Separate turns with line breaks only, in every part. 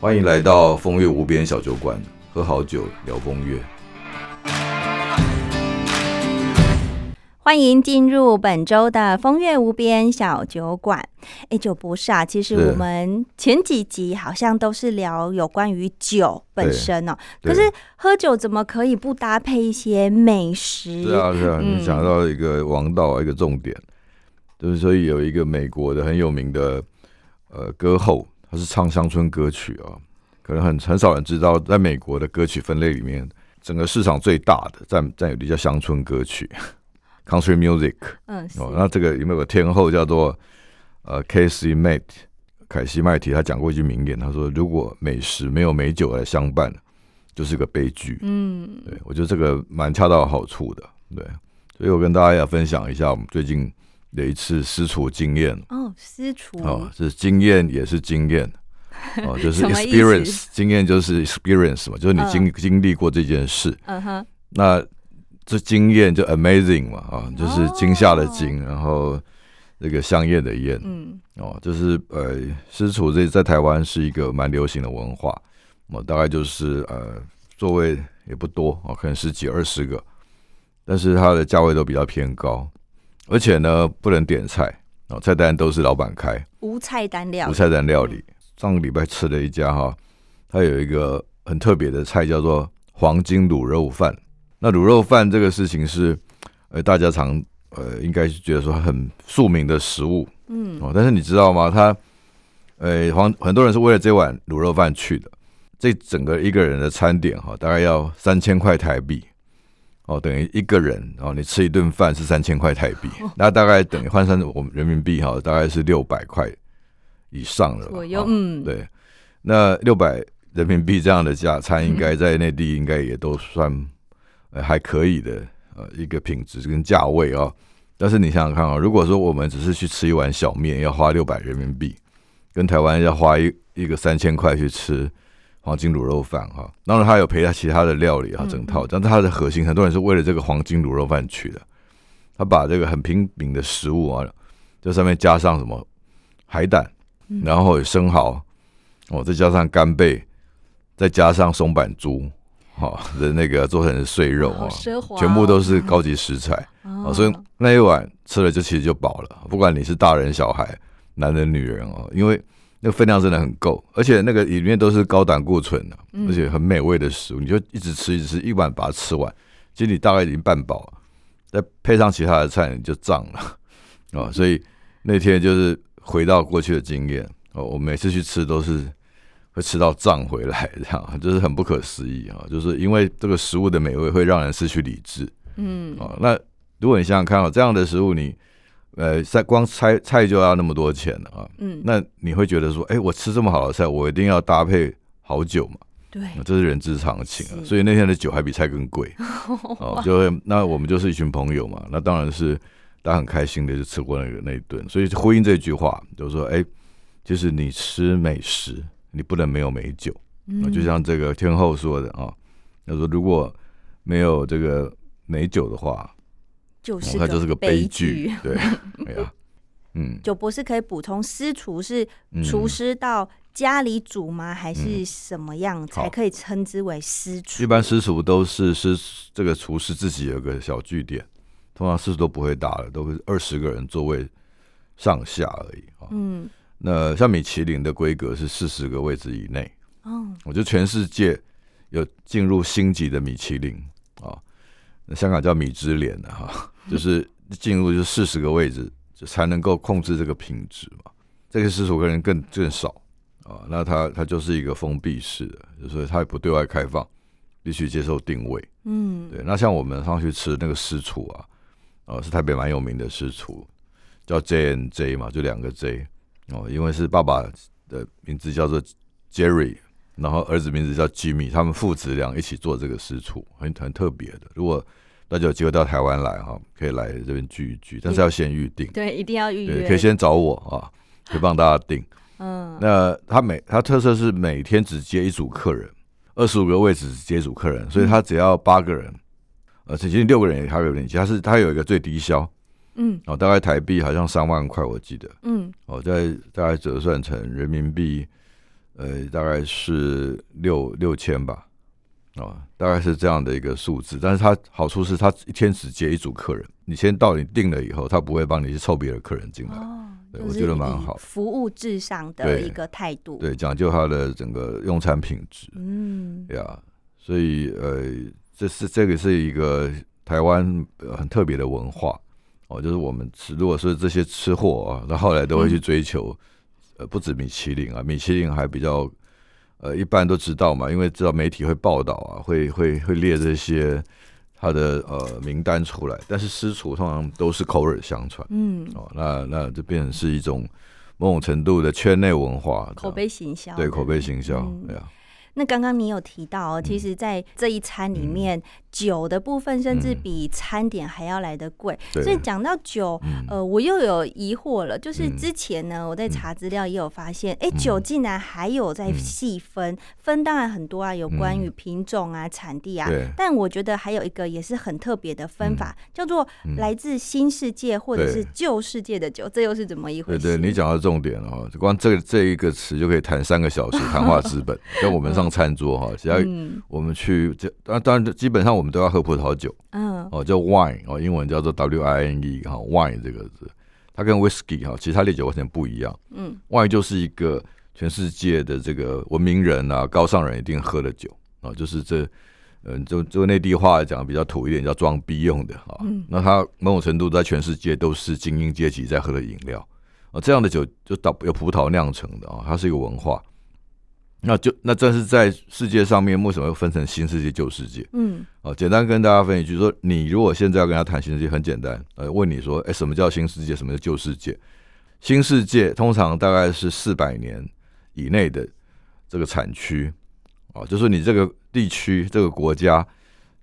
欢迎来到风月无边小酒馆，喝好酒聊风月。
欢迎进入本周的风月无边小酒馆。哎，酒博士啊，其实
是
我们前几集好像都是聊有关于酒本身哦，
对
可是喝酒怎么可以不搭配一些美食？
是啊，是啊，
嗯
你讲到一个王道啊，一个重点，就是所以有一个美国的很有名的呃歌后，他是唱乡村歌曲啊，可能很很少人知道，在美国的歌曲分类里面，整个市场最大的占占有率叫乡村歌曲 （country music）。
嗯，是
哦，那这个里面有个天后叫做呃 Casey m a t 凯西麦提，她讲过一句名言，她说：“如果美食没有美酒来相伴，就是个悲剧。”
嗯，
对我觉得这个蛮恰到好处的，对，所以我跟大家也分享一下我们最近的一次私厨经验
哦，私厨
哦，是经验也是经验哦，就是
什么意思
experience，经验就是 experience 嘛，就是你经、经历过这件事，
嗯哼，
那这经验就 amazing 嘛啊，就是惊吓的惊，然后那个香艳的艳，
嗯，
哦，就是呃，私厨这在台湾是一个蛮流行的文化，哦，大概就是呃座位也不多哦，可能十几二十个，但是它的价位都比较偏高，而且呢不能点菜哦，菜单都是老板开，
无菜单料
无，菜单料理。上个礼拜吃了一家哈，它有一个很特别的菜叫做黄金卤肉饭。那卤肉饭这个事情是，呃，大家常呃应该是觉得说很庶民的食物，
嗯
哦，但是你知道吗？他，呃，黄很多人是为了这碗卤肉饭去的。这整个一个人的餐点哈、大概要三千块台币，哦，等于一个人哦，你吃一顿饭是三千块台币，
哦
那大概等于换算我们人民币哈、大概是六百块以上了吧
左右
哦
嗯
对，那六百人民币这样的价餐，应该在内地应该也都算、呃、还可以的呃一个品质跟价位哦。但是你想想看啊、哦，如果说我们只是去吃一碗小面，要花六百人民币，跟台湾要花一一个三千块去吃黄金卤肉饭哈、当然它有配它其他的料理啊，
嗯
整套，但是它的核心很多人是为了这个黄金卤肉饭去的，他把这个很平民的食物啊，这上面加上什么海胆，
嗯
然后有生蚝，哦，再加上干贝，再加上松板猪，好、哦、的那个做成碎肉啊、
好奢华哦，
全部都是高级食材。
哦，
哦，所以那一碗吃了就其实就饱了，不管你是大人小孩、男人女人哦，因为那个分量真的很够，而且那个里面都是高胆固醇的、
嗯
而且很美味的食物，你就一直吃一直吃，一碗把它吃完，其实你大概已经半饱了，再配上其他的菜你就胀了哦，所以那天就是回到过去的经验哦，我每次去吃都是。会吃到胀回来，这样就是很不可思议啊！就是因为这个食物的美味会让人失去理智，
嗯
哦，那如果你想想看哦，这样的食物你，呃，菜光菜菜就要那么多钱了啊，
嗯，
那你会觉得说，哎、我吃这么好的菜，我一定要搭配好酒嘛，
对，
这是人之常情啊。
是
所以那天的酒还比菜更贵 哦，就会那我们就是一群朋友嘛，那当然是大家很开心的就吃过那个那一顿，所以呼应这句话，就是说，哎、就是你吃美食，你不能没有美酒。啊，
嗯
就像这个天后说的啊，他说如果没有这个美酒的话，
就是
它就是个
悲
悲剧。， 对，哎呀，嗯，
酒博士可以补充，私厨是
嗯
厨师到家里煮吗？还是什么样才
好
可以称之为私厨？
一般私厨都是师这个厨师自己有个小据点，通常私厨都不会大的，都是二十个人座位上下而已啊。
嗯，
那像米其林的规格是四十个位置以内，
哦，
我觉得全世界有进入星级的米其林啊，那香港叫米芝莲的哈，就是进入就四十个位置，就才能够控制这个品质嘛。这个四十五个人更更少啊，那它它就是一个封闭式的，就是它也不对外开放，必须接受定位。
嗯，
对，那像我们上去吃那个私厨啊，哦、是台北蛮有名的私厨，叫 J N J 嘛，就两个 J 哦，因为是爸爸的名字叫做 Jerry，然后儿子名字叫 Jimmy，他们父子俩一起做这个私厨，很很特别的。如果大家有机会到台湾来哈、可以来这边聚一聚，但是要先预定，
对，一定要预
对，
约，
可以先找我啊，可以帮大家订。
嗯，
那他每他特色是每天只接一组客人，二十五个位置只接一组客人，
嗯
所以他只要八个人，呃，其实六个人也还有点，他是他有一个最低消
嗯
哦，大概台币好像三万块，我记得
嗯
哦，在大概折算成人民币呃，大概是六六千吧，哦，大概是这样的一个数字。但是它好处是它一天只接一组客人，你先到你定了以后，他不会帮你去凑别的客人进来。
哦，
对
就
我
是
觉得蛮
以
好
服务至上的
对
一个态度。，
对，讲究它的整个用餐品质
嗯，
呀。所以呃，这是这个是一个台湾呃很特别的文化哦，就是我们吃，如果是这些吃货啊，他后来都会
嗯
去追求，呃，不止米其林啊，米其林还比较。呃，一般都知道嘛，因为知道媒体会报道啊，会会会列这些他的呃名单出来，但是私厨通常都是口耳相传
嗯，
哦，那那就变成是一种某种程度的圈内文化，这
口
样
碑行销，
对口碑嗯行销，
嗯
对啊，
那刚刚你有提到哦，其实，在这一餐里面，酒的部分甚至
嗯
比餐点还要来得贵。
对
所以讲到酒，
嗯
呃，我又有疑惑了，就是
嗯
之前呢，我在查资料也有发现，哎、
嗯
酒竟然还有在细分，分当然很多啊，有关于品种啊、产地啊。
嗯对嗯
但我觉得还有一个也是很特别的分法，叫做来自新世界或者
对
是旧世界的酒，这又是怎么一回
对
事？
对，你讲到重点了哈，光这个这一个词就可以谈三个小时，谈话资本，跟我们上餐桌 哈，只要
嗯
我们去这，当当然基本上我们都要喝葡萄酒
嗯
哦，叫 wine 哦，英文叫做 W I N E 哈，wine 这个字，它跟 whisky 哈，其他烈酒完全不一样
嗯
，wine 就是一个全世界的这个文明人啊、高尚人一定喝的酒啊，哦就是这。嗯，就就内地话讲比较土一点，叫装逼用的哈、
嗯
那它某种程度在全世界都是精英阶级在喝的饮料啊、这样的酒就到由葡萄酿成的啊、它是一个文化。那就那这是在世界上面为什么会分成新世界旧世界
嗯
啊、简单跟大家分析，就是说你如果现在要跟他谈新世界，很简单，呃，问你说，哎，什么叫新世界，什么叫旧世界？新世界通常大概是四百年以内的这个产区啊，就是你这个地区、这个国家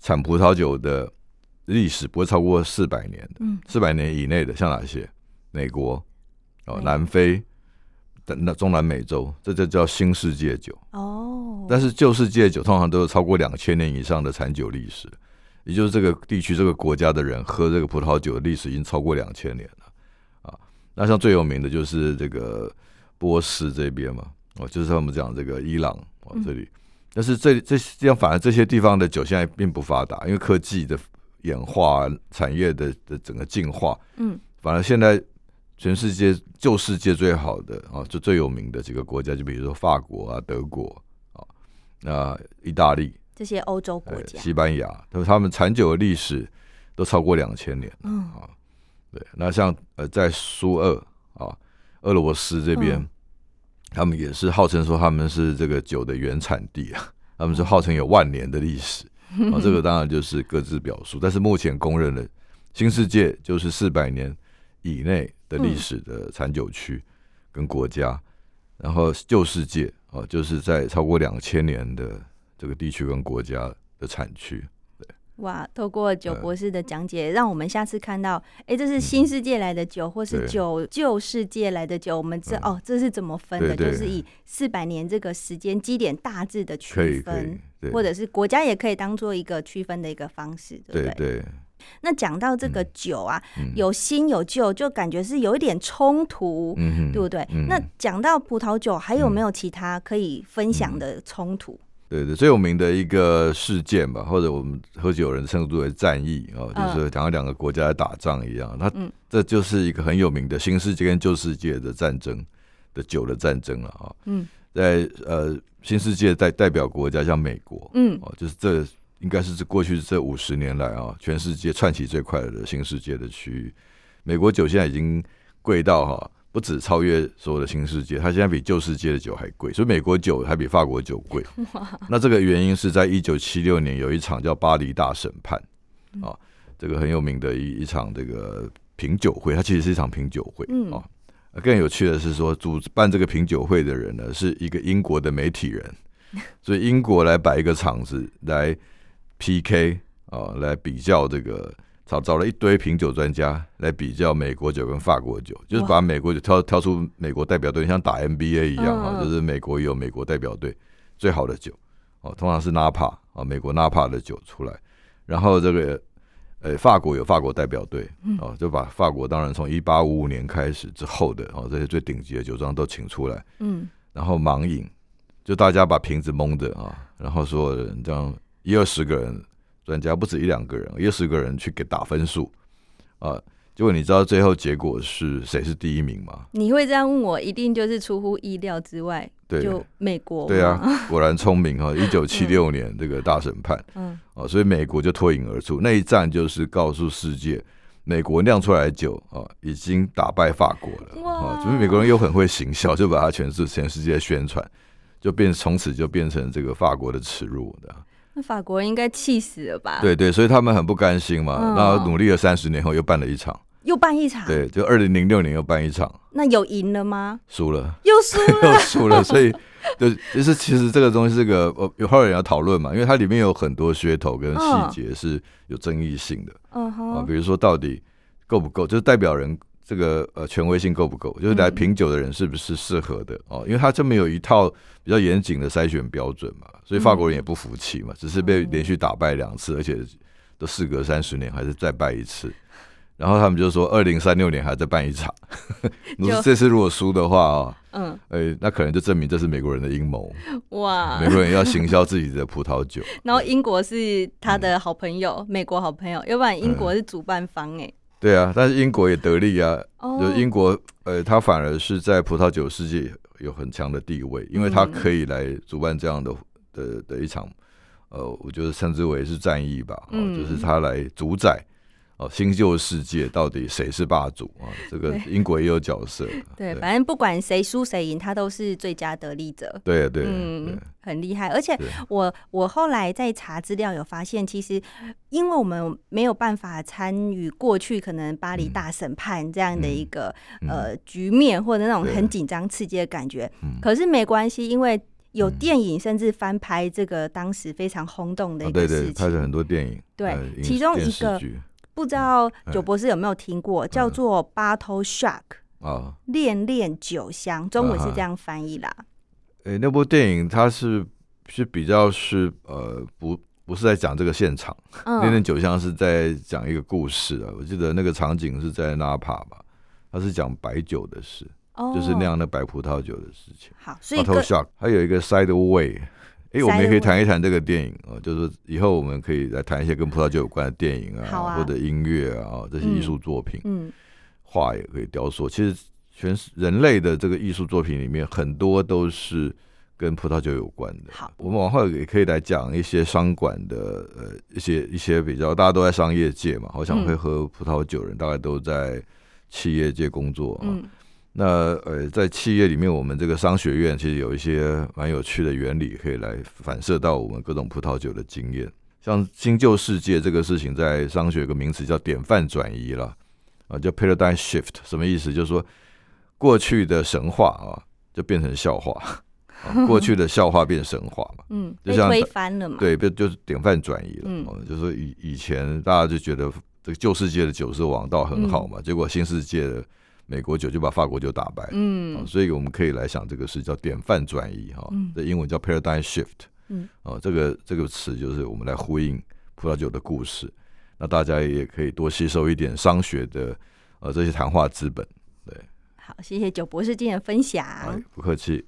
产葡萄酒的历史不会超过四百年的，
嗯
四百年以内的像哪些？美国、哦
美，
南非、那中南美洲，这就叫新世界酒。
哦，
但是旧世界酒通常都有超过两千年以上的产酒历史，也就是这个地区、这个国家的人喝这个葡萄酒的历史已经超过两千年了啊。那像最有名的就是这个波斯这边嘛，哦，就是他们讲这个伊朗哦
嗯
这里，但是这这这样反而这些地方的酒现在并不发达，因为科技的演化、产业的的整个进化，
嗯，
反而现在全世界旧世界最好的啊，就最有名的几个国家，就比如说法国啊、德国啊、那意大利、
这些欧洲
呃
国家，
西班牙，他们他们产酒的历史都超过两千年。
嗯
啊，对，那像呃，在苏俄啊，俄罗斯这边，
嗯
他们也是号称说他们是这个酒的原产地啊， 他们是号称有万年的历史啊，这个当然就是各自表述，但是目前公认的新世界就是四百年以内的
嗯
历史的产酒区跟国家，然后旧世界啊，就是在超过两千年的这个地区跟国家的产区，
哇！透过九
呃
博士的讲解，让我们下次看到，哎，这是新世界来的酒，或是
嗯对
九旧世界来的酒，我们这
嗯
哦，这是怎么分的？
对对
就是以四百年这个时间基点大致的
可以
区
可以
分，，
对
或者是国家也可以当做一个区分的一个方式，对不
对对，
那讲到这个酒啊，
嗯
有新有旧，就感觉是有一点冲突。
嗯哼
对不对？
嗯
那讲到葡萄酒，还有没有其他可以分
嗯
享的冲突？
对对，最有名的一个事件吧，或者我们喝酒人称之为战役啊、
嗯
就是讲两个国家在打仗一样，那
嗯
这就是一个很有名的新世界跟旧世界的战争的酒的战争了啊。
嗯，
在呃新世界代代表国家像美国，
嗯
哦，就是这应该是这过去这五十年来啊，全世界串起最快的新世界的区域，美国酒现在已经贵到哈、不止超越所有的新世界，它现在比旧世界的酒还贵，所以美国酒还比法国酒贵。那这个原因是在一九七六年有一场叫巴黎大审判
嗯
啊，这个很有名的一一场这个品酒会，它其实是一场品酒会
嗯
啊。更有趣的是说，主办这个品酒会的人呢，是一个英国的媒体 人，所以英国来摆一个场子来 PK 啊，来比较这个找找了一堆品酒专家来比较美国酒跟法国酒，就是
哇
把美国酒挑挑出美国代表队，像打 NBA 一样
嗯
啊，
嗯
就是美国有美国代表队最好的酒哦，通常是 Napa 啊，美国 Napa 的酒出来，然后这个。呃，法国有法国代表队
嗯
哦，就把法国当然从一八五五年开始之后的哦，这些最顶级的酒庄都请出来，
嗯
然后盲饮就大家把瓶子蒙着啊，然后所有人这样一二十个人，专家不止一两个人，一二十个人去给打分数啊。结果你知道最后结果是谁是第一名吗？
你会这样问我，一定就是出乎意料之外，
对
就美国，
对，啊，果然聪明哈！一九七六年这个大审判
嗯，
啊，所以美国就脱颖而出。那一战就是告诉世界，美国酿出来的酒啊，已经打败法国了啊！
哇
就是美国人又很会行销，就把它全是全世界宣传，就变从此就变成这个法国的耻辱的。
那法国人应该气死了吧？，
对对，所以他们很不甘心嘛，
嗯啊
然后努力了三十年后又办了一场，
又办一场，
对，就二零零六年又办一场，
那有赢了吗？
输了。
又输了，
又输了，所以 就就是其实这个东西是个呃，有后来人要讨论嘛，因为它里面有很多噱头跟细节是有争议性的、
嗯
啊，
哼，
比如说到底够不够，就是代表人这个呃权威性够不够，就是来
嗯
品酒的人是不是适合的哦、因为他这么有一套比较严谨的筛选标准嘛，所以法国人也不服气
嗯
嘛，只是被连续打败两
哦
次，而且都事隔三十年还是再败一次。然后他们就说，二零三六年还再办一场。 如果
就
这次如果输的话哦，
嗯，
哎、那可能就证明这是美国人的阴谋，
哇
美，国人要行销自己的葡萄 酒。
然后英国是他的
嗯
好朋友，美国好朋友，要不然英国是主办方哎，
对啊，但是英国也得利啊，
哦
就英国，呃，它反而是在葡萄酒世界有很强的地位，因为
嗯
它可以来主办这样的的的一场，呃，我觉得称之为是战役吧，哦
嗯
就是它来主宰。哦，新旧世界到底谁是霸主啊？这个
对
英国也有角色。
对，反正不管谁输谁赢，他都是最佳得利者。
对对对
嗯，很厉害。而且
对
我我后来在查资料有发现，其实因为我们没有办法参与过去可能巴黎大审判这样的一个、
嗯
呃局面，或者那种
对
很紧张刺激的感觉，
嗯
可是没关系，因为。有电影甚至翻拍这个当时非常轰动的
啊
一
对
个
对，
事
拍
情，
了很多电影，
对
呃影
其中
电
一
视
个
剧
不知道
嗯
九博士有没有听过，叫做《Bottle Shock》
啊，
恋恋酒香，中文是这样翻译啦。
诶、那部电影它是是比较是呃不不是在讲这个现场，《恋
嗯
恋酒香》是在讲一个故事啊。我记得那个场景是在纳帕吧，它是讲白酒的事，
哦
就是酿那白葡萄酒的事情。
好，所以
Bottle
各
Shock，还有一个 Side Way。诶，我们也可以
Sideway
谈一谈这个电影啊、哦就是说以后我们可以来谈一些跟葡萄酒有关的电影啊，
好啊
或者音乐啊这些艺术作品。
嗯
画也可以雕塑。其实全是人类的这个艺术作品里面，很多都是跟葡萄酒有关的。
好
我们往后也可以来讲一些商管的呃一些一些比较，大家都在商业界嘛，我想
嗯
会喝葡萄酒的人大概都在企业界工作啊。
嗯
那呃，在企业里面，我们这个商学院其实有一些蛮有趣的原理，可以来反射到我们各种葡萄酒的经验。像新旧世界这个事情，在商学有个名词叫典范转移了，啊，叫 paradigm shift，什么意思？就是说过去的神话啊，就变成笑话，啊、过去的笑话变神话嘛。
嗯，
就
被
像
推翻了嘛。
对，被就是典范转移了。
嗯
哦，就是说以以前大家就觉得这个旧世界的酒是王道很好嘛，结果新世界的美国酒就把法国酒打败。啊
嗯，
所以我们可以来想这个事叫典范转移哈
嗯，
这、英文叫 paradigm shift。
嗯，
啊，这个这个词就是我们来呼应葡萄酒的故事。那大家也可以多吸收一点商学的呃这些谈话资本。
好，谢谢九博士今天的分享。
哎，不客气。